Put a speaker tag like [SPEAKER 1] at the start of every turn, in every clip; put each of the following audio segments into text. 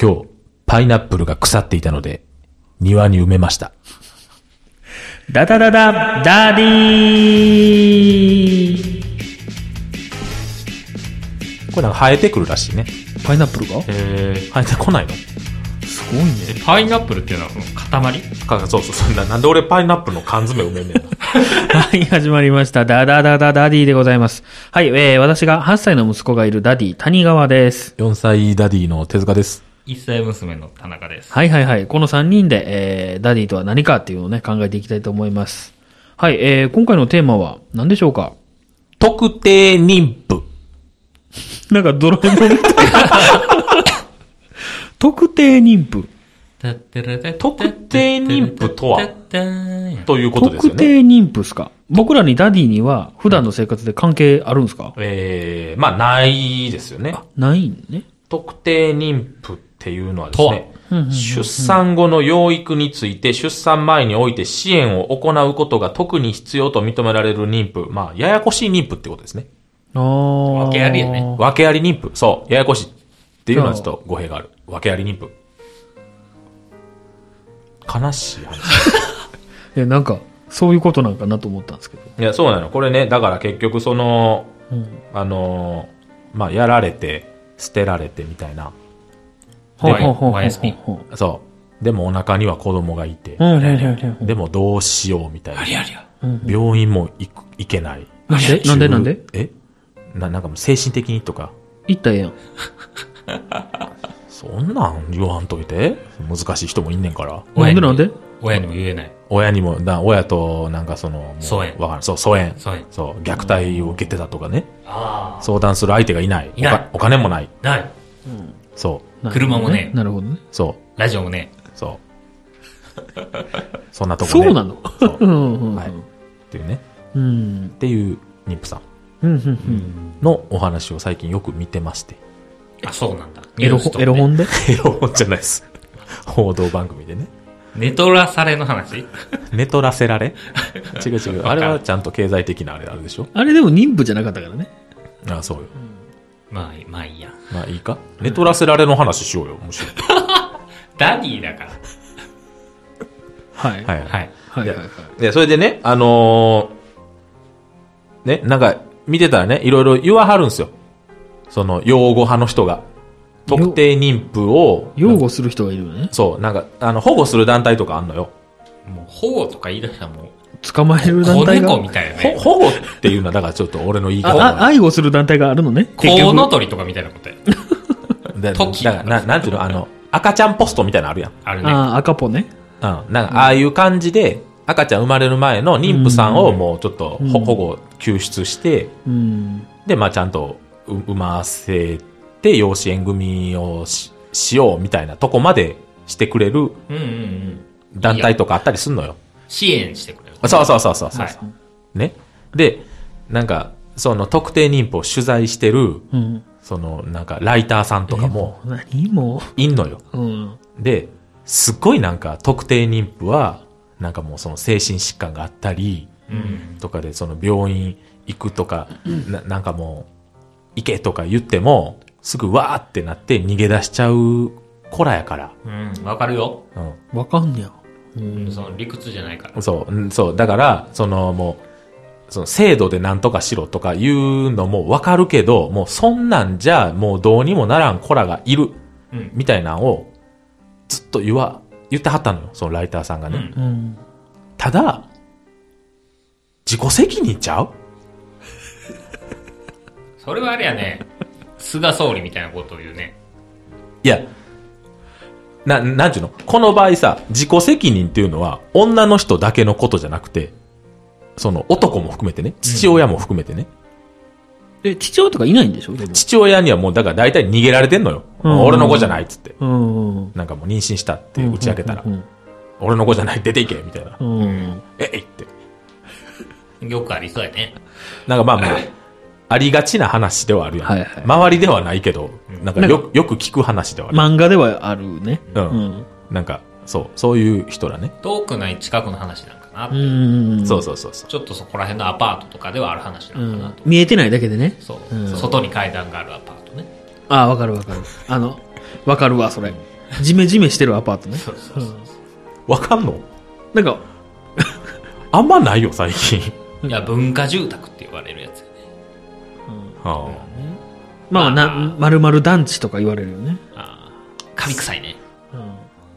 [SPEAKER 1] 今日、パイナップルが腐っていたので、庭に埋めました。
[SPEAKER 2] ダダダダダディー
[SPEAKER 1] これなんか生えてくるらしいね。
[SPEAKER 2] パイナップルが
[SPEAKER 3] へー
[SPEAKER 1] 生えてこないの
[SPEAKER 2] すごいね。
[SPEAKER 3] えパイナップルっていうのはこの塊
[SPEAKER 1] かそうそうそうな。なんで俺パイナップルの缶詰埋めんねんな。
[SPEAKER 2] はい、始まりました。ダダダダダディでございます。はい、えー、私が8歳の息子がいるダディ、谷川です。
[SPEAKER 1] 4歳ダディの手塚です。
[SPEAKER 3] 一歳娘の田中です。
[SPEAKER 2] はいはいはい。この3人で、えー、ダディとは何かっていうのをね、考えていきたいと思います。はい、えー、今回のテーマは何でしょうか
[SPEAKER 1] 特定妊婦。
[SPEAKER 2] なんかドラえもんみたいな 特定妊婦。
[SPEAKER 1] 特定妊婦とはということですよ
[SPEAKER 2] 特
[SPEAKER 1] ね。
[SPEAKER 2] 定妊婦っすか僕らにダディには普段の生活で関係あるんですか
[SPEAKER 1] えー、まあ、ないですよね。
[SPEAKER 2] ないんね。
[SPEAKER 1] 特定妊婦っていうのはですね
[SPEAKER 2] とはうんうんうんう、ん
[SPEAKER 1] 出産後の養育について出産前において支援を行うことが特に必要と認められる妊婦。まあ、ややこしい妊婦ってことですね。
[SPEAKER 2] ああ。
[SPEAKER 3] 訳ありやね
[SPEAKER 1] 訳あり妊婦。そう、ややこしい。っていうのはちょっと語弊がある。訳あり妊婦。悲しい話。
[SPEAKER 2] いや、なんか、そういうことなんかなと思ったんですけど。
[SPEAKER 1] いや、そうなの。これね、だから結局その、
[SPEAKER 2] うん。
[SPEAKER 1] あのーまあ、やられて、捨てられてみたいな。
[SPEAKER 2] ほう
[SPEAKER 3] はい
[SPEAKER 2] ほうほうほう
[SPEAKER 3] YSP
[SPEAKER 2] ほう。
[SPEAKER 1] そう。でもお腹には子供がいて
[SPEAKER 2] う、ん、はいはいはいはい。
[SPEAKER 1] でもどうしようみたいな。
[SPEAKER 3] ありゃ。
[SPEAKER 2] うん
[SPEAKER 1] 病院も行く行けない。
[SPEAKER 2] なんでなんでなんで
[SPEAKER 1] えな、なんかもう精神的にとか。
[SPEAKER 2] 行ったらええやん。
[SPEAKER 1] そんなん言わんといて。難しい人もいんねんから。
[SPEAKER 2] なんでなんで
[SPEAKER 3] 親にも言えない。
[SPEAKER 1] 親にも、な親となんかその、もう
[SPEAKER 3] 疎遠
[SPEAKER 1] わからん。そう、疎遠。
[SPEAKER 3] そうやん。
[SPEAKER 1] そう、虐待を受けてたとかね。
[SPEAKER 3] あ
[SPEAKER 1] 相談する相手がいない。
[SPEAKER 3] いない
[SPEAKER 1] おかお金もない。
[SPEAKER 3] あ。ない。
[SPEAKER 1] そう。
[SPEAKER 2] なるほど
[SPEAKER 3] 車もね
[SPEAKER 2] なるほどね。
[SPEAKER 1] そう。
[SPEAKER 3] ラジオもね。
[SPEAKER 1] そう。そんなとこね。
[SPEAKER 2] そうなの
[SPEAKER 1] そう
[SPEAKER 2] うんうんうん。
[SPEAKER 1] はい。っていうね。
[SPEAKER 2] うん。
[SPEAKER 1] っていう妊婦さん
[SPEAKER 2] うんうんうん。
[SPEAKER 1] のお話を最近よく見てまして。
[SPEAKER 3] あ、そうなんだ。
[SPEAKER 2] エロ
[SPEAKER 3] ニュース
[SPEAKER 2] 本
[SPEAKER 3] とか、ね
[SPEAKER 2] エロ本で
[SPEAKER 1] エ ロ本じゃないです。報道番組でね。
[SPEAKER 3] ネトラされの話
[SPEAKER 1] 寝取らせられ違う違う。あ
[SPEAKER 3] わかる
[SPEAKER 1] れはちゃんと経済的なあれあるでしょ
[SPEAKER 2] あれでも妊婦じゃなかったからね。
[SPEAKER 1] ああ、そうよ。
[SPEAKER 3] まあ、まあいいや。
[SPEAKER 1] まあいいか。寝取らせられの話しようよ、むしろ。
[SPEAKER 3] ダディだから。
[SPEAKER 2] はい。
[SPEAKER 1] は。。
[SPEAKER 2] はい
[SPEAKER 3] はいい。
[SPEAKER 2] いはいはい。
[SPEAKER 1] で、それでね、あのーね、なんか、見てたらね、いろいろ言わはるんですよ。その、擁護派の人が。特定妊婦を、
[SPEAKER 2] 擁護する人がいるよね。
[SPEAKER 1] そう、なんか、あの、保護する団体とかあんのよ。
[SPEAKER 3] もう、保護とか言い出したらもう、
[SPEAKER 2] 捕まえる団
[SPEAKER 3] 子
[SPEAKER 2] 体が。
[SPEAKER 3] 猫みたいな
[SPEAKER 1] ほ
[SPEAKER 3] ね。
[SPEAKER 1] 保護っていうのは、だからちょっと俺の言い
[SPEAKER 2] あ
[SPEAKER 1] 方
[SPEAKER 2] あ、
[SPEAKER 1] が。
[SPEAKER 2] 愛護する団体があるのね。結
[SPEAKER 3] コウ
[SPEAKER 2] 局
[SPEAKER 3] ノトリとかみたいなことや。
[SPEAKER 1] だだ
[SPEAKER 3] 時
[SPEAKER 1] からな、なんていうの、あの、赤ちゃんポストみたいなのあるやん。
[SPEAKER 3] あるね。
[SPEAKER 2] ああ、赤ポね。
[SPEAKER 1] うん。なんか、ああいう感じで、赤ちゃん生まれる前の妊婦さんをもうちょっと
[SPEAKER 2] うん
[SPEAKER 1] ほ保護、救出して、
[SPEAKER 2] うん。
[SPEAKER 1] で、まあちゃんとう産ませて、養子縁組をししようみたいなとこまでしてくれる
[SPEAKER 3] うんうんうん。
[SPEAKER 1] 団体とかあったりすんのよ。
[SPEAKER 3] 支援してくれる。
[SPEAKER 1] あそうそうそうそうそう、
[SPEAKER 3] はい
[SPEAKER 1] ね。で、なんか、その特定妊婦を取材してる、
[SPEAKER 2] うん。
[SPEAKER 1] そのなんかライターさんとかも
[SPEAKER 2] え。何も
[SPEAKER 1] いんのよ。
[SPEAKER 2] う。うん。
[SPEAKER 1] で、すっごいなんか特定妊婦は、なんかもうその精神疾患があったり、
[SPEAKER 3] うん。
[SPEAKER 1] とかでその病院行くとか、ななんかもう、行けとか言っても、すぐわーってなって逃げ出しちゃう子らやから。
[SPEAKER 3] うん。わかるよ。
[SPEAKER 1] う
[SPEAKER 2] わかんねや。う
[SPEAKER 3] うん
[SPEAKER 2] ん。
[SPEAKER 3] その理屈じゃないから。
[SPEAKER 1] ん。そう、うんそう。だから、そのもう、その制度でなんとかしろとか言うのもわかるけど、もうそんなんじゃもうどうにもならん子らがいる、
[SPEAKER 3] うん。
[SPEAKER 1] みたいなんを、ずっと言わ、言ってはったのよ。そのライターさんがね。
[SPEAKER 3] うん
[SPEAKER 2] うん。
[SPEAKER 1] ただ、自己責任ちゃう
[SPEAKER 3] それはあれやね、菅総理みたいなことを言うね。
[SPEAKER 1] いや、な、なんちゅうのこの場合さ、自己責任っていうのは、女の人だけのことじゃなくて、その男も含めてね、父親も含めてね、
[SPEAKER 2] で、父親とかいないんでしょでも。
[SPEAKER 1] 父親にはもうだから大体逃げられてんのよ。
[SPEAKER 2] うん
[SPEAKER 1] 俺の子じゃないっつって。
[SPEAKER 2] うん。
[SPEAKER 1] なんかもう妊娠したって打ち明けたら、
[SPEAKER 2] うん
[SPEAKER 1] 俺の子じゃない、出ていけみたいな。
[SPEAKER 2] うんうん。
[SPEAKER 1] えいって。
[SPEAKER 3] よくありそうやね。
[SPEAKER 1] なんかまあもう、ありがちな話ではあるやん。
[SPEAKER 2] はいはい
[SPEAKER 1] 周りではないけど、なんかよよく聞く話ではある。
[SPEAKER 2] 漫画ではあるね。
[SPEAKER 1] うん
[SPEAKER 2] うん。
[SPEAKER 1] なんか、そう、そういう人らね。
[SPEAKER 3] 遠くない近くの話なんかな。
[SPEAKER 2] うん。
[SPEAKER 1] そうそうそうそう。
[SPEAKER 3] ちょっとそこら辺のアパートとかではある話な
[SPEAKER 2] う
[SPEAKER 3] のかなんと。
[SPEAKER 2] 見えてないだけでね。
[SPEAKER 3] そうう。
[SPEAKER 2] ん
[SPEAKER 3] 外に階段があるアパートね。
[SPEAKER 2] ああ、わかるわかる。あの、わかるわ、それ。ジメジメしてるアパートね。
[SPEAKER 3] そうそうそう
[SPEAKER 1] わかんの
[SPEAKER 2] なんか、
[SPEAKER 1] あんまないよ、最近。
[SPEAKER 3] いや、文化住宅って言われるやつやね。
[SPEAKER 1] はあ
[SPEAKER 2] まあ、な、
[SPEAKER 3] まあ
[SPEAKER 2] まるまる団地とか言われるよね。
[SPEAKER 3] ああ、カビ臭いね。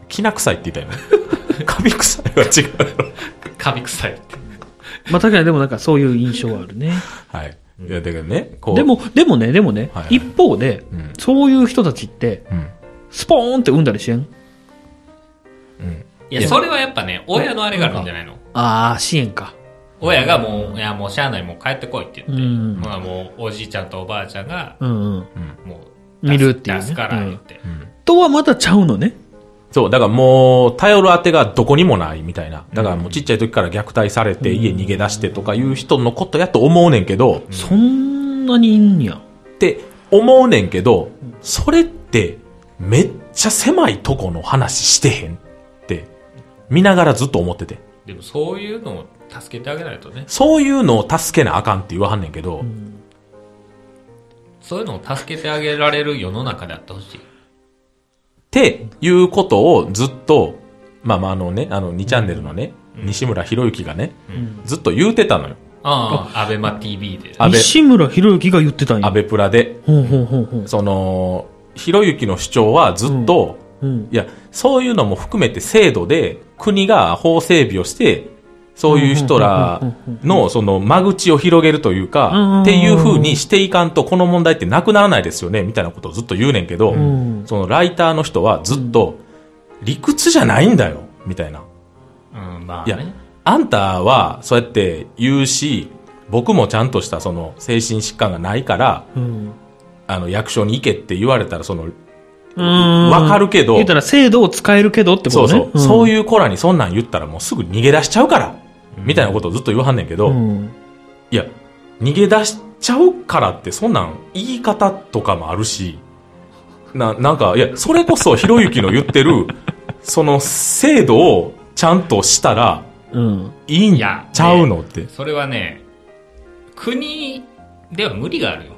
[SPEAKER 1] きな臭いって言ったよね。 カビ臭いは違うやろ。
[SPEAKER 3] カビ臭いって。
[SPEAKER 2] まあ確かにでもなんかそういう印象はあるね。
[SPEAKER 1] はい。いや、だけどね、こう。
[SPEAKER 2] で、も、でもね、でもね、
[SPEAKER 1] はいはい
[SPEAKER 2] 一方で、
[SPEAKER 1] うん
[SPEAKER 2] そういう人たちって、
[SPEAKER 1] うん。
[SPEAKER 2] スポーンって産んだりしてん
[SPEAKER 1] うん。
[SPEAKER 3] いや、それはやっぱね、親のあれがあるんじゃないの
[SPEAKER 2] ああ、支援か。
[SPEAKER 3] 親がもう、いや、もうしゃあない、もう帰ってこいって言って、
[SPEAKER 2] うん
[SPEAKER 3] まあもう、おじいちゃんとおばあちゃんが、
[SPEAKER 2] うんうん。
[SPEAKER 3] もう、
[SPEAKER 2] 見るっていうね
[SPEAKER 3] 出すから言って。
[SPEAKER 2] とはまたちゃうのね。
[SPEAKER 1] そう、だからもう、頼るあてがどこにもないみたいな。だからもうちっちゃい時から虐待されて、家逃げ出してとかいう人のことやと思うねんけど、
[SPEAKER 2] そんなにいんや。
[SPEAKER 1] って思うねんけど、それって、めっちゃ狭いとこの話してへんって、見ながらずっと思ってて。
[SPEAKER 3] でもそういうのを助けてあげないとね、
[SPEAKER 1] そういうのを助けなあかんって言わはんねんけど、
[SPEAKER 3] そういうのを助けてあげられる世の中であってほしい。
[SPEAKER 1] っていうことをずっと、まあまああのね、あの2チャンネルのね、西村博之がね、ずっと言うてたのよ。
[SPEAKER 3] ああ、アベマ TV で。
[SPEAKER 1] あ安倍
[SPEAKER 2] 西村博之が言ってたんや。
[SPEAKER 1] 安倍プラで。
[SPEAKER 2] ほうほうほうほう。
[SPEAKER 1] その、博之の主張はずっと、
[SPEAKER 2] うん。
[SPEAKER 1] いや、そういうのも含めて制度で、国が法整備をして、そういう人らの、その、間口を広げるという
[SPEAKER 2] うん
[SPEAKER 1] か、っていう風にしていかんと、この問題ってなくならないですよね、みたいなことをずっと言うねんけど、
[SPEAKER 2] ん
[SPEAKER 1] そのライターの人はずっと、理屈じゃないんだよ、みたいな。
[SPEAKER 3] うん、まあ
[SPEAKER 1] いや
[SPEAKER 3] ね。、
[SPEAKER 1] あんたはそうやって言うし、僕もちゃんとしたその精神疾患がないから、
[SPEAKER 2] うん。
[SPEAKER 1] あの役所に行けって言われたらその、
[SPEAKER 2] わ
[SPEAKER 1] わかるけど
[SPEAKER 2] 言ったら制度を使えるけどって
[SPEAKER 1] そ
[SPEAKER 2] こ
[SPEAKER 1] う
[SPEAKER 2] と
[SPEAKER 1] そう
[SPEAKER 2] ね。、
[SPEAKER 1] そう
[SPEAKER 2] い
[SPEAKER 1] いう子らにそんなん言ったらもうすぐ逃げ出しちゃうから、みたいなことをずっと言わはんねんけど、
[SPEAKER 2] ん。
[SPEAKER 1] いや、逃げ出しちゃうからってそんなん言い方とかもあるし、な、なんか、いや、それこそひろゆきの言って る、その制度をちゃんとしたら
[SPEAKER 2] うん。
[SPEAKER 1] いいん
[SPEAKER 3] い
[SPEAKER 1] ち
[SPEAKER 3] や
[SPEAKER 1] ゃうのって。
[SPEAKER 3] それはね、国では無理があるよ。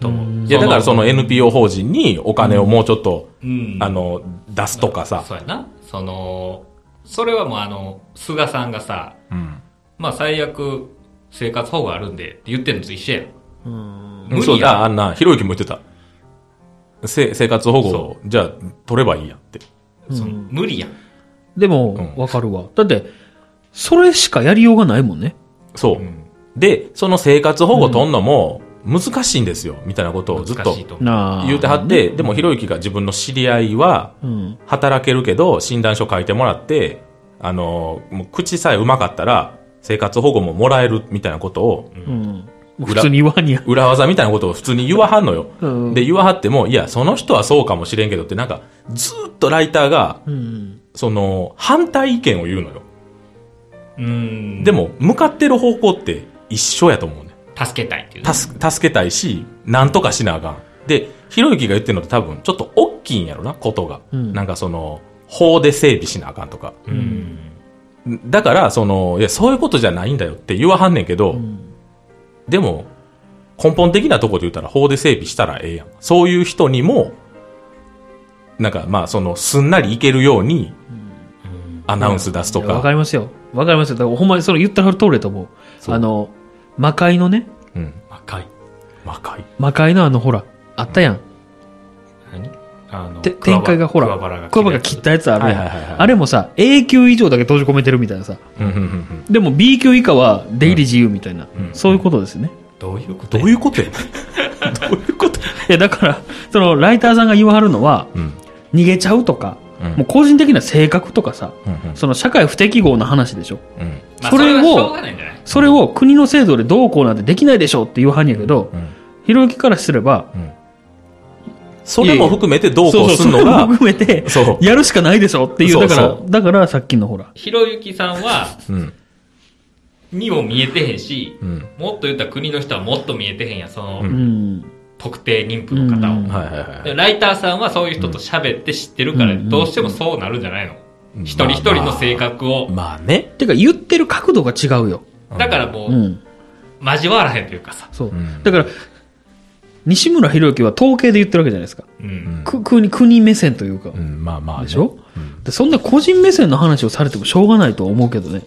[SPEAKER 3] と
[SPEAKER 2] う
[SPEAKER 3] 思う。
[SPEAKER 1] いや、だからその NPO 法人にお金をもうちょっと、
[SPEAKER 3] うん、
[SPEAKER 1] あの、出すとかさ。
[SPEAKER 3] そうやな。その、それはもうあの、菅さんがさ、
[SPEAKER 1] うん。
[SPEAKER 3] まあ最悪生活保護あるんでって言ってるのと一緒やん。
[SPEAKER 2] うん。
[SPEAKER 3] 無
[SPEAKER 1] そう
[SPEAKER 3] 理
[SPEAKER 1] だ、
[SPEAKER 3] や
[SPEAKER 1] あんな、ひろゆきも言ってた。せ生活保護を、じゃあ、取ればいいやって。
[SPEAKER 3] ん。その無理やん。
[SPEAKER 2] でも、
[SPEAKER 1] うん
[SPEAKER 2] わかるわ。だって、それしかやりようがないもんね。
[SPEAKER 1] そう。で、その生活保護取んのも、難しいんですよ、みたいなことをずっ
[SPEAKER 3] 難
[SPEAKER 1] と
[SPEAKER 3] しいと思う。
[SPEAKER 2] なあ。
[SPEAKER 1] 言うてはって、でもひろゆきが自分の知り合いは、
[SPEAKER 2] うん。
[SPEAKER 1] 働けるけど、診断書書いてもらって、あの、もう口さえうまかったら、生活保護ももらえる、みたいなことを、
[SPEAKER 2] うん。普通に言わんや。
[SPEAKER 1] 裏技みたいなことを普通に言わはんのよ。
[SPEAKER 2] うん
[SPEAKER 1] で、言わはっても、いや、その人はそうかもしれんけどって、なんか、ずーっとライターが、
[SPEAKER 2] うん。
[SPEAKER 1] その、反対意見を言うのよ。
[SPEAKER 3] うん。
[SPEAKER 1] でも、向かってる方向って一緒やと思うね。
[SPEAKER 3] 助けたいっていうね、
[SPEAKER 1] たす、助けたいし、なんとかしなあかん。で、ひろゆきが言ってるのって多分、ちょっと大きいんやろな、ことが。
[SPEAKER 2] うん
[SPEAKER 1] なんかその、法で整備しなあかんとか。
[SPEAKER 3] うん。
[SPEAKER 1] だから、その、いや、そういうことじゃないんだよって言わはんねんけど、でも、根本的なとこで言ったら法で整備したらええやん。そういう人にも、なんか、まあ、その、すんなりいけるように、アナウンス出すと
[SPEAKER 2] いやわ
[SPEAKER 1] か
[SPEAKER 2] か、りますよ。わかりますよ。だからほんまにそれ言ったら通れと思う。
[SPEAKER 1] そう
[SPEAKER 2] あの、魔界のね、
[SPEAKER 1] うん。
[SPEAKER 3] 若い。
[SPEAKER 1] 若い。
[SPEAKER 2] 魔界のあの、ほら、あったやん。
[SPEAKER 3] 何あの
[SPEAKER 2] て展開がほら、ク
[SPEAKER 3] ク
[SPEAKER 2] ワ
[SPEAKER 3] ワバラが
[SPEAKER 2] バが切ったやつあるやん
[SPEAKER 1] はいはいはいはい
[SPEAKER 2] あれもさ、A 級以上だけ閉じ込めてるみたいなさ。
[SPEAKER 1] うんうんうんうん
[SPEAKER 2] でも B 級以下は出入り自由みたいな。そういうことですね。
[SPEAKER 3] どういうこと
[SPEAKER 1] どういうことやどういうこと
[SPEAKER 2] いや、だから、その、ライターさんが言わはるのは、
[SPEAKER 1] うん。
[SPEAKER 2] 逃げちゃうとか、
[SPEAKER 1] うん
[SPEAKER 2] もう個人的な性格とかさ、
[SPEAKER 1] うんうん
[SPEAKER 2] その社会不適合な話でしょ。
[SPEAKER 1] うん。
[SPEAKER 3] まあ
[SPEAKER 2] それを
[SPEAKER 3] はしょうがないんじゃない
[SPEAKER 2] それを国の制度でどうこうなんてできないでしょうって言わはんやけど、
[SPEAKER 1] うん
[SPEAKER 2] ひろゆきからすれば、
[SPEAKER 1] うん。それも含めてどうこうす
[SPEAKER 2] そそ
[SPEAKER 1] るの
[SPEAKER 2] それも
[SPEAKER 1] が、
[SPEAKER 2] 含めて
[SPEAKER 1] そう、
[SPEAKER 2] やるしかないでしょっていう、
[SPEAKER 1] そう
[SPEAKER 2] だか
[SPEAKER 1] そう
[SPEAKER 2] ら、だからさっきのほら、
[SPEAKER 3] ひろゆきさんは、
[SPEAKER 1] うん。
[SPEAKER 3] にも見えてへんし、
[SPEAKER 1] うん。
[SPEAKER 3] もっと言ったら国の人はもっと見えてへんやん、その、
[SPEAKER 1] う
[SPEAKER 2] うん。
[SPEAKER 3] 特定妊婦の方を。
[SPEAKER 2] うん
[SPEAKER 1] はいはい
[SPEAKER 3] で
[SPEAKER 1] はい。
[SPEAKER 3] ライターさんはそういう人と喋って知ってるから、
[SPEAKER 2] うん
[SPEAKER 3] どうしてもそうなるんじゃないの、
[SPEAKER 1] うん
[SPEAKER 3] 一人一人の性格を。
[SPEAKER 1] まあね。
[SPEAKER 2] てか言ってる角度が違うよ。
[SPEAKER 3] だからも
[SPEAKER 2] う
[SPEAKER 3] う、
[SPEAKER 2] ん。
[SPEAKER 3] 交わらへんというかさ。
[SPEAKER 2] そう。
[SPEAKER 1] うん
[SPEAKER 2] だから、西村博之は統計で言ってるわけじゃないですか。
[SPEAKER 3] うん。
[SPEAKER 2] く国国目線というか。
[SPEAKER 1] うん、まあまあね、
[SPEAKER 2] でしょ、でそんな個人目線の話をされてもしょうがないとは思うけどね。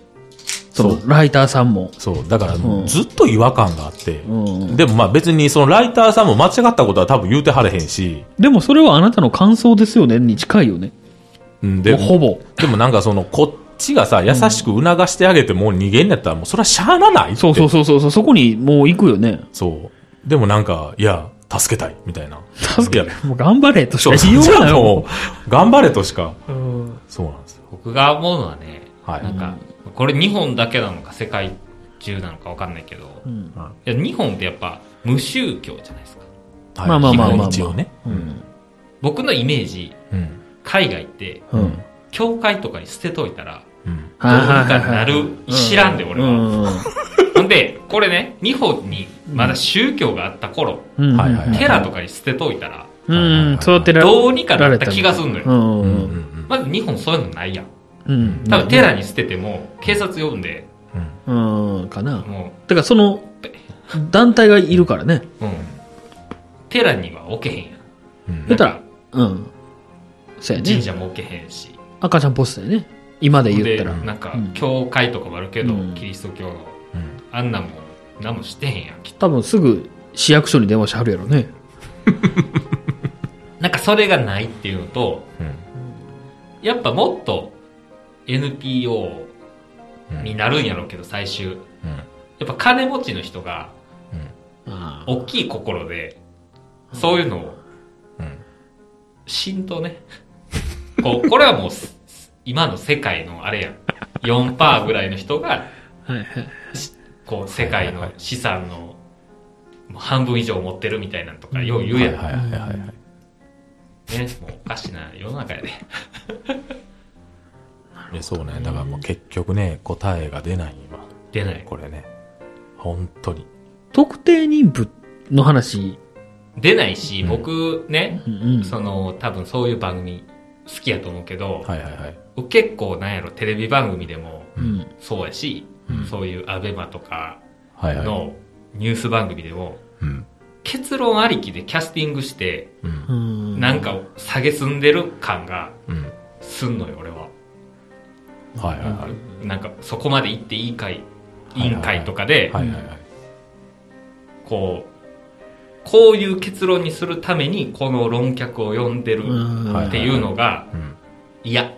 [SPEAKER 2] その
[SPEAKER 1] そ
[SPEAKER 2] ライターさんも。
[SPEAKER 1] そう、だから
[SPEAKER 2] うん
[SPEAKER 1] ずっと違和感があって、
[SPEAKER 2] うんうん
[SPEAKER 1] でもまあ別にそのライターさんも間違ったことは多分言うてはれへんし、
[SPEAKER 2] でもそれはあなたの感想ですよねに近いよね。
[SPEAKER 1] うん、で
[SPEAKER 2] もうほぼ。
[SPEAKER 1] でもなんかその、こっちがさ、優しく促してあげてもう逃げんやったらもうそれはしゃあなないって。
[SPEAKER 2] そうそうそうそうそう、そこにもう行くよね。
[SPEAKER 1] そう。でもなんか、いや、助けたい、みたいな。
[SPEAKER 2] 助け
[SPEAKER 1] いや
[SPEAKER 2] もう頑張れとし
[SPEAKER 1] そう
[SPEAKER 2] か言いよう
[SPEAKER 1] じ
[SPEAKER 2] が
[SPEAKER 1] ゃ
[SPEAKER 2] ない
[SPEAKER 1] あ
[SPEAKER 2] も
[SPEAKER 1] もう、頑張れとしか。
[SPEAKER 2] んうん
[SPEAKER 1] そうなんですよ。
[SPEAKER 3] 僕が思うのはね、
[SPEAKER 1] はい。
[SPEAKER 3] なんか、これ日本だけなのか世界中なのかわかんないけど、
[SPEAKER 2] う
[SPEAKER 3] い
[SPEAKER 2] ん
[SPEAKER 3] や、日本ってやっぱ無宗教じゃないですか。
[SPEAKER 1] はい
[SPEAKER 2] まあまあまあまあまあ
[SPEAKER 1] 一応ね。
[SPEAKER 2] うん
[SPEAKER 3] 僕のイメージ、
[SPEAKER 1] うん。
[SPEAKER 3] 海外って、
[SPEAKER 2] うん
[SPEAKER 3] 教会とかに捨てといたら、
[SPEAKER 1] うん。
[SPEAKER 3] どうにかなる知らんで俺は
[SPEAKER 2] は
[SPEAKER 3] ほんで、これね、日本にまだ宗教があった頃、
[SPEAKER 2] いうんうんうん
[SPEAKER 1] はいはいはい
[SPEAKER 3] 寺とかに捨てといたら、
[SPEAKER 2] うん、育てられ
[SPEAKER 3] どうにかなった気がすん
[SPEAKER 2] う
[SPEAKER 3] のよ。
[SPEAKER 2] んう
[SPEAKER 1] うん。うんん。
[SPEAKER 3] まず日本そういうのないやん。
[SPEAKER 2] うん。
[SPEAKER 3] 多分寺に捨てても、警察呼んで、
[SPEAKER 1] うん。
[SPEAKER 2] うん、かな。
[SPEAKER 3] も
[SPEAKER 2] てかその、団体がいるからね。
[SPEAKER 3] う、うん。寺には置けへんやん。
[SPEAKER 1] うん
[SPEAKER 2] 言ったら、うん。そうや
[SPEAKER 3] 神
[SPEAKER 2] ね。
[SPEAKER 3] 社も置けへんし。
[SPEAKER 2] 赤ちゃんポストやね。今で言っ
[SPEAKER 3] で、
[SPEAKER 2] たら。
[SPEAKER 3] なんか
[SPEAKER 2] うん、
[SPEAKER 3] 教会とかもあるけど
[SPEAKER 2] うん、
[SPEAKER 3] キリスト教の、
[SPEAKER 1] うん
[SPEAKER 3] あんなんも、何もしてへんやん、きっ
[SPEAKER 2] 多分すぐ市役所に電話しはるやろね。
[SPEAKER 3] となんかそれがないっていうのと、やっぱもっと NPO になるんやろうけど、最終。
[SPEAKER 1] うん。
[SPEAKER 3] やっぱ金持ちの人が、
[SPEAKER 2] ああ
[SPEAKER 3] 大きい心で、そういうのを
[SPEAKER 1] うん、
[SPEAKER 3] 浸透ね。こう、これはもうす、 す今の世界のあれやん。4%ぐらいの人が、
[SPEAKER 2] はいはい。
[SPEAKER 3] こう、世界の資産の、もう半分以上持ってるみたいなんとか、よう言う
[SPEAKER 1] は
[SPEAKER 3] や
[SPEAKER 1] い
[SPEAKER 3] ん。ね、
[SPEAKER 1] はいはいはいはい。
[SPEAKER 3] もうおかしな世の中やで。
[SPEAKER 1] でそうね。だからもう結局ね、答えが出ない今。
[SPEAKER 3] 出ない。
[SPEAKER 1] これね。本当に。
[SPEAKER 2] 特定妊婦の話。
[SPEAKER 3] 出ないし、僕ね、
[SPEAKER 2] うんうん
[SPEAKER 3] その、多分そういう番組、好きやと思うけど、
[SPEAKER 1] はいはいはい。
[SPEAKER 3] 僕結構なんやろ、テレビ番組でも
[SPEAKER 2] うん。
[SPEAKER 3] そうやし、
[SPEAKER 1] うん
[SPEAKER 3] そういうアベマとか
[SPEAKER 1] はいはい。
[SPEAKER 3] のニュース番組でも、
[SPEAKER 1] うん。
[SPEAKER 3] 結論ありきでキャスティングして、
[SPEAKER 1] うん。
[SPEAKER 2] うん
[SPEAKER 3] なんか下げすんでる感が
[SPEAKER 1] うん。
[SPEAKER 3] すんのよ、俺は。
[SPEAKER 1] はいはいはい。
[SPEAKER 3] なんかそこまで行っていいかい、
[SPEAKER 1] はい
[SPEAKER 3] 委
[SPEAKER 1] はい
[SPEAKER 3] 員会とかで、
[SPEAKER 1] はいはいはい。
[SPEAKER 3] こう、こういう結論にするためにこの論客を呼んでる
[SPEAKER 2] うん
[SPEAKER 1] はい
[SPEAKER 3] っていうのが、
[SPEAKER 1] うん。
[SPEAKER 3] いや、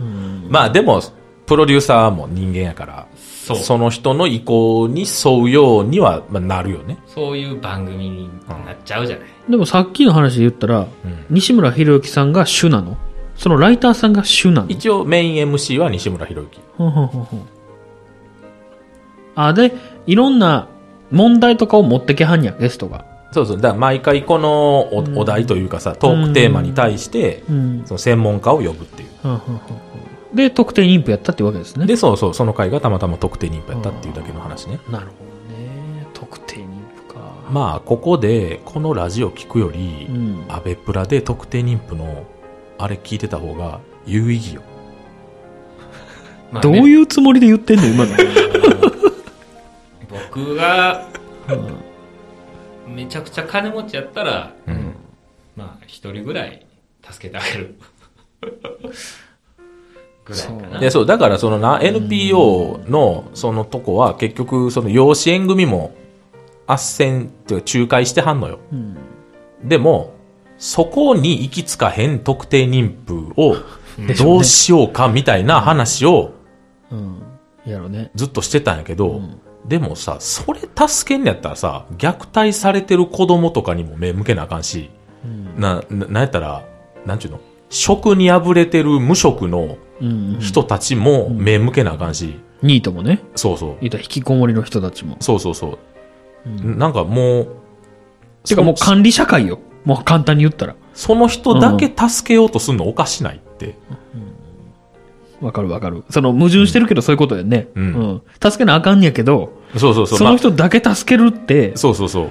[SPEAKER 2] うん
[SPEAKER 1] まあでも、プロデューサーも人間やから、
[SPEAKER 3] そう、
[SPEAKER 1] その人の意向に沿うようには、まあ、なるよね。
[SPEAKER 3] そういう番組になっちゃうじゃない。
[SPEAKER 2] でもさっきの話で言ったら、
[SPEAKER 1] うん
[SPEAKER 2] 西村博之さんが主なのそのライターさんが主なの
[SPEAKER 1] 一応メイン MC は西村博之。
[SPEAKER 2] ほんほんほんほん あ、で、いろんな問題とかを持ってけはんや、ゲストが。
[SPEAKER 1] そうそう。だから毎回このお,、
[SPEAKER 2] うん
[SPEAKER 1] お題というかさ、トークテーマに対して、
[SPEAKER 2] うん。
[SPEAKER 1] その専門家を呼ぶっていう。
[SPEAKER 2] ほんほんほんほんで、特定妊婦やったってわけですね。
[SPEAKER 1] で、そうそう、その回がたまたま特定妊婦やったっていうだけの話ね。
[SPEAKER 2] なるほどね。特定妊婦か。
[SPEAKER 1] まあ、ここで、このラジオ聞くより、
[SPEAKER 2] うん。
[SPEAKER 1] アベプラで特定妊婦の、あれ聞いてた方が有意義よ。
[SPEAKER 3] まあ
[SPEAKER 2] どう
[SPEAKER 3] ね
[SPEAKER 2] いうつもりで言ってんの、今の。
[SPEAKER 3] 僕が、めちゃくちゃ金持ちやったら、
[SPEAKER 1] うん
[SPEAKER 3] まあ、一人ぐらい助けてあげる。 ぐらいかな。
[SPEAKER 1] で、そう、だからそのな、NPO のそのとこは結局その養子縁組も斡旋っていうか仲介してはんのよ。
[SPEAKER 2] うん。
[SPEAKER 1] でも、そこに行き着かへん特定妊婦を
[SPEAKER 3] うん
[SPEAKER 2] でしょうね
[SPEAKER 1] どうしようかみたいな話を
[SPEAKER 2] うん。やろね。
[SPEAKER 1] ずっとしてたんやけど、
[SPEAKER 2] ん
[SPEAKER 1] でもさ、それ助けんのやったらさ、虐待されてる子供とかにも目向けなあかんし、
[SPEAKER 2] うん。
[SPEAKER 1] な、ななんやったら、なんちゅうの職に破れてる無職の
[SPEAKER 2] うん。
[SPEAKER 1] 人たちも目向けなあかんし、
[SPEAKER 2] ニートもね。
[SPEAKER 1] そうそう。
[SPEAKER 2] 言ったら引きこもりの人たちも。
[SPEAKER 1] そうそうそうう。なんかもう、
[SPEAKER 2] てかもう管理社会よ。もう簡単に言ったら。
[SPEAKER 1] その人だけ助けようとするのおかしないって。
[SPEAKER 2] わかるわかる。その矛盾してるけどそういうことやね。
[SPEAKER 1] うん
[SPEAKER 2] ん助けなあかんやけど、
[SPEAKER 1] そうそうそう。
[SPEAKER 2] その
[SPEAKER 1] ま
[SPEAKER 2] 人だけ助けるって
[SPEAKER 1] あ、そうそうそ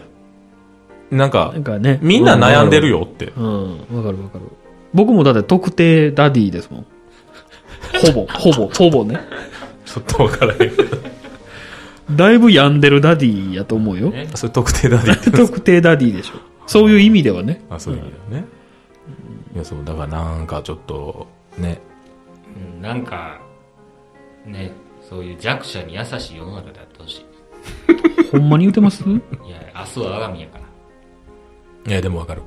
[SPEAKER 1] う。なんか
[SPEAKER 2] なん、かね。
[SPEAKER 1] みんな悩んでるよって。
[SPEAKER 2] うん。わかるわかる。僕もだって特定ダディですもん。 ほぼ、ほぼ、ほぼね。
[SPEAKER 1] ちょっとわからへんけど。
[SPEAKER 2] だいぶ病んでるダディやと思う よ。
[SPEAKER 3] ね
[SPEAKER 1] それ特定だね。
[SPEAKER 2] 特定ダディでしょ。そういう意味で はね。
[SPEAKER 1] あ、そういう意味だよね。いや、そう、だからなんかちょっと、ね。
[SPEAKER 3] うんなんか、ね、そういう弱者に優しい世の中であってほし
[SPEAKER 2] ほんまに言うてますい
[SPEAKER 3] い。いや、明日は我が身やから。
[SPEAKER 1] いや、でもわかる。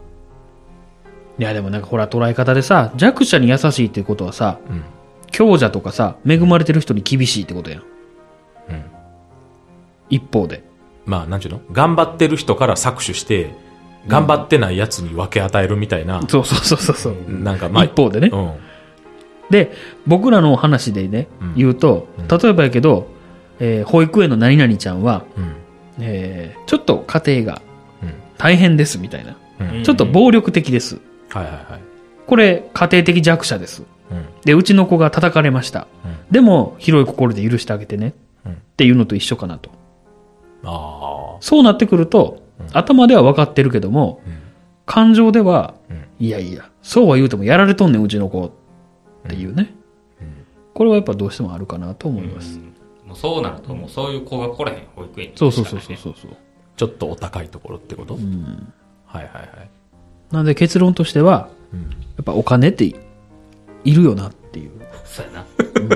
[SPEAKER 2] や、でもなんかほら、捉え方でさ、弱者に優しいっていうことはさ、
[SPEAKER 1] うん。
[SPEAKER 2] 強者とかさ、恵まれてる人に厳しいってことやん。
[SPEAKER 1] うん。
[SPEAKER 2] 一方で。
[SPEAKER 1] まあ、なんちゅうの頑張ってる人から搾取して、頑張ってない奴に分け与えるみたいな、
[SPEAKER 2] そうそうそうそうそう。
[SPEAKER 1] なんかまあ、
[SPEAKER 2] 一方でね
[SPEAKER 1] う
[SPEAKER 2] で、僕らの話でね、
[SPEAKER 1] うん
[SPEAKER 2] 言うと、例えばやけど、えー保育園の何々ちゃんは、
[SPEAKER 1] ん。うん。
[SPEAKER 2] えーちょっと家庭が
[SPEAKER 1] うん
[SPEAKER 2] 大変ですみたいな。
[SPEAKER 1] うん
[SPEAKER 2] ちょっと暴力的です。
[SPEAKER 1] はいはいはい。
[SPEAKER 2] これ、家庭的弱者です。
[SPEAKER 1] うん。
[SPEAKER 2] で、うちの子が叩かれました。
[SPEAKER 1] うん
[SPEAKER 2] でも、広い心で許してあげてね。
[SPEAKER 1] うん
[SPEAKER 2] っていうのと一緒かなと。
[SPEAKER 1] あ
[SPEAKER 2] そうなってくると、頭では分かってるけども、
[SPEAKER 1] ん
[SPEAKER 2] 感情では、
[SPEAKER 1] うん
[SPEAKER 2] いやいや、そうは言うてもやられとんねん、うちの子。っていうね。これはやっぱどうしてもあるかなと思います。
[SPEAKER 3] もうそうなると、もうそういう子が来れへん、保育園に。
[SPEAKER 2] そうそうそうそうそう。
[SPEAKER 1] あ。ちょっとお高いところってことうん。はいはいはい。
[SPEAKER 2] なんで結論としては、やっぱお金っていいるよなっていう。
[SPEAKER 3] そうやな。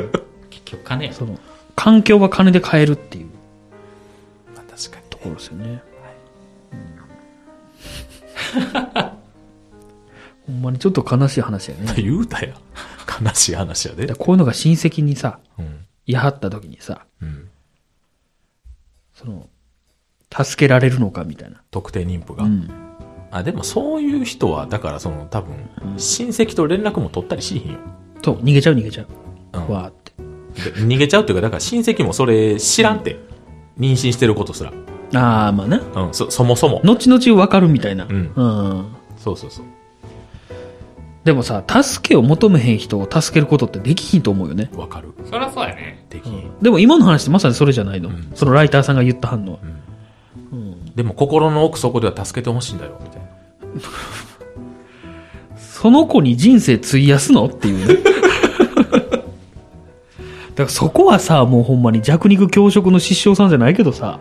[SPEAKER 3] 結局金や。
[SPEAKER 2] その、環境は金で買えるっていう
[SPEAKER 1] まあ確かに。
[SPEAKER 2] ところですよね。うんほんまにちょっと悲しい話やね。だか
[SPEAKER 1] 言うたや。悲しい話やで
[SPEAKER 2] ら。こういうのが親戚にさ、
[SPEAKER 1] うん。
[SPEAKER 2] やはった時にさ、
[SPEAKER 1] うん。
[SPEAKER 2] その、助けられるのかみたいな。
[SPEAKER 1] 特定妊婦が。
[SPEAKER 2] うん。
[SPEAKER 1] あ、でもそういう人は、だからその多分、親戚と連絡も取ったりしひんよ。
[SPEAKER 2] そう、逃げちゃう逃げちゃう。
[SPEAKER 1] うん
[SPEAKER 2] わーって。
[SPEAKER 1] で逃げちゃうっていうか、だから親戚もそれ知らんて。妊娠してることすら。
[SPEAKER 2] あー、まあね。
[SPEAKER 1] うん、そ、そもそも。
[SPEAKER 2] 後々わかるみたいな。
[SPEAKER 1] ん
[SPEAKER 2] うん。
[SPEAKER 1] そうそうそう。
[SPEAKER 2] でもさ、助けを求めへん人を助けることってできひんと思うよね。
[SPEAKER 1] わかる。
[SPEAKER 3] そりゃそうやね。
[SPEAKER 1] できひん
[SPEAKER 2] でも今の話ってまさにそれじゃないの。そのライターさんが言った反応。
[SPEAKER 1] でも心の奥底では助けてほしいんだよ、みたいな。
[SPEAKER 2] その子に人生費やすのっていうね。だからそこはさ、もうほんまに弱肉強食の失笑さんじゃないけどさ、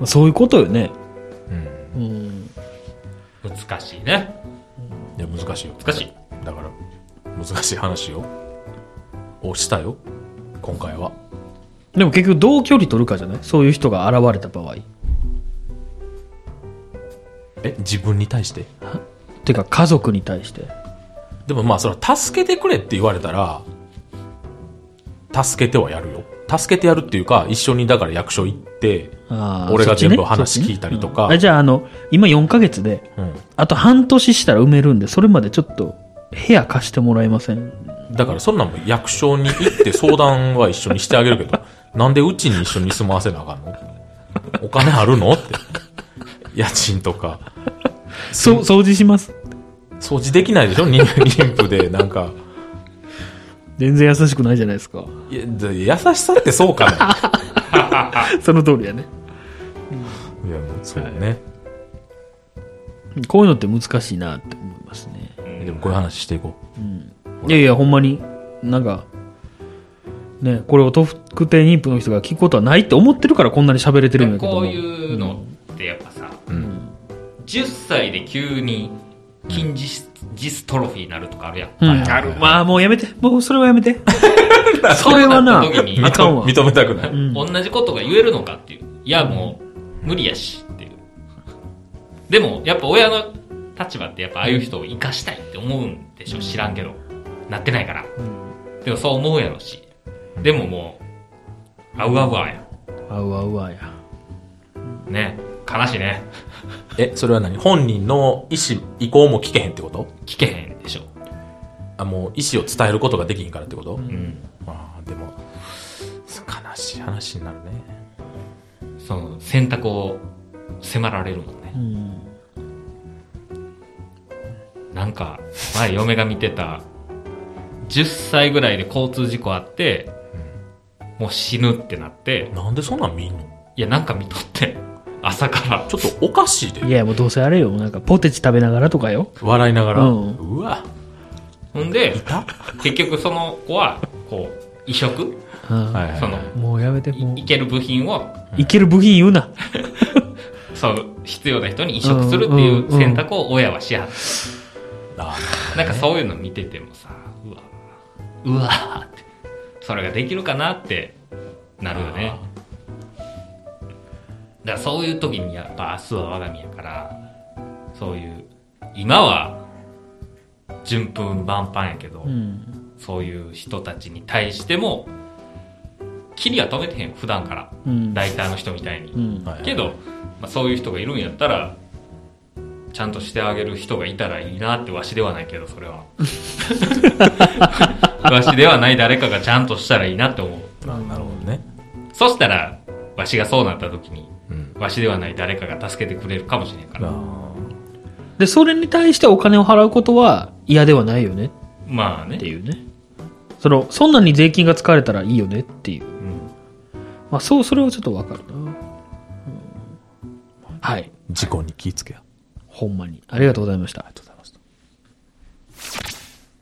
[SPEAKER 2] まあそういうことよね。
[SPEAKER 1] うん。
[SPEAKER 2] うん。
[SPEAKER 3] 難しいね。
[SPEAKER 1] いや、難しいよ。
[SPEAKER 3] 難しい。
[SPEAKER 1] だから、難しい話を、をしたよ。今回は。
[SPEAKER 2] でも結局どう距離取るかじゃないそういう人が現れた場合。
[SPEAKER 1] え、自分に対して
[SPEAKER 2] てか家族に対して。
[SPEAKER 1] でもまあ、それは助けてくれって言われたら、助けてはやるよ。助けてやるっていうか、一緒にだから役所行って、
[SPEAKER 2] あー
[SPEAKER 1] 俺が
[SPEAKER 2] そっち
[SPEAKER 1] 全
[SPEAKER 2] ね
[SPEAKER 1] 部話聞いたりとか
[SPEAKER 2] そっちねうんあじゃあ、あの、今4ヶ月で、
[SPEAKER 1] うん。
[SPEAKER 2] あと半年したら埋めるんで、それまでちょっと部屋貸してもらえません
[SPEAKER 1] だからそんなんも役所に行って相談は一緒にしてあげるけど、 なんでうちに一緒に住まわせなあかんのお金あるのって。家賃とか。
[SPEAKER 2] そう、掃除します。
[SPEAKER 1] 掃除できないでしょ妊 妊婦で、なんか。
[SPEAKER 2] 全然優しくないじゃないですか。
[SPEAKER 1] いやで優しさってそうか な。
[SPEAKER 2] その通りやね。
[SPEAKER 1] いや、もうそうね。
[SPEAKER 2] こういうのって難しいなって思いますね。
[SPEAKER 1] でもこういう話していこ
[SPEAKER 2] いやいや、ほんまに、なんか、ね、これを特定妊婦の人が聞くことはないって思ってるからこんなに喋れてるんだけども。
[SPEAKER 3] こういうのってやっぱさ、
[SPEAKER 1] う。うん。
[SPEAKER 3] 10歳で急に筋ジス,、ジストロフィーになるとかあるやん。
[SPEAKER 2] うん。
[SPEAKER 1] はいはいはい
[SPEAKER 2] ある。まあ、もうやめて。もうそれはやめて。それはな
[SPEAKER 3] そうなった時、に
[SPEAKER 2] あかんわ。
[SPEAKER 1] 認めたくない。
[SPEAKER 3] 同じことが言えるのかっていう。いや、もう、無理やしっていう。でも、やっぱ親の立場ってやっぱああいう人を生かしたいって思うんでしょ知らんけど。なってないから。でもそう思うやろし。でももう、あうあうあや。
[SPEAKER 2] あうわうわや。
[SPEAKER 3] ね。悲しいね。
[SPEAKER 1] え、それは何本人の意思、意向も聞けへんってこと
[SPEAKER 3] 聞けへんでしょ。
[SPEAKER 1] あ、もう意思を伝えることができへんからってこと、
[SPEAKER 3] うん。
[SPEAKER 1] ああ、でも、悲しい話になるね。
[SPEAKER 3] その、選択を迫られるもんね
[SPEAKER 2] う。ん。
[SPEAKER 3] なんか、前嫁が見てた、10歳ぐらいで交通事故あって、もう死ぬってなって、
[SPEAKER 1] なんでそんなん見んの
[SPEAKER 3] いや、なんか見とって、朝から。
[SPEAKER 1] ちょっとおかしいで
[SPEAKER 2] い。や、もうどうせあれよ。なんか、ポテチ食べながらとかよ。
[SPEAKER 1] 笑いながら。
[SPEAKER 2] う
[SPEAKER 1] うんわ、
[SPEAKER 3] ほんで
[SPEAKER 1] い、た
[SPEAKER 3] 結局その子は、こう、移植
[SPEAKER 2] うん
[SPEAKER 1] はいはいはい
[SPEAKER 3] その
[SPEAKER 2] もうやめて、もう
[SPEAKER 3] いいける部品を
[SPEAKER 2] いける部品言うな。
[SPEAKER 3] そう必要な人に移植するってい
[SPEAKER 2] んうん
[SPEAKER 3] う
[SPEAKER 2] うん
[SPEAKER 3] 選択を親はしはって
[SPEAKER 1] あ
[SPEAKER 3] なんかそういうの見ててもさうわうわーってそれができるかなってなるよねだからそういう時にやっぱ明日は我が身やからそういう今は順風満帆やけど、
[SPEAKER 2] うん。
[SPEAKER 3] そういう人たちに対してもキリは止めてへん普段から
[SPEAKER 2] うん。
[SPEAKER 3] ライターの人みたいに
[SPEAKER 2] うん。
[SPEAKER 1] はい
[SPEAKER 3] けど、まあ、そういう人がいるんやったらちゃんとしてあげる人がいたらいいなってわしではないけどそれ はわしではない誰かがちゃんとしたらいいなって思う
[SPEAKER 1] ななるほどね、
[SPEAKER 3] そしたらわしがそうなった時に
[SPEAKER 1] うん、
[SPEAKER 3] わしではない誰かが助けてくれるかもしれんから
[SPEAKER 1] あ
[SPEAKER 2] で、それに対してお金を払うことは嫌ではないよね
[SPEAKER 3] まあ
[SPEAKER 2] って
[SPEAKER 3] ね、
[SPEAKER 2] いうね。その、そんなに税金が使われたらいいよねっていう
[SPEAKER 3] う。ん、
[SPEAKER 2] まあ、そう、それはちょっとわかるな。うんはい。
[SPEAKER 1] 事故に気ぃつけや
[SPEAKER 2] ほんまに。ありがとうございました。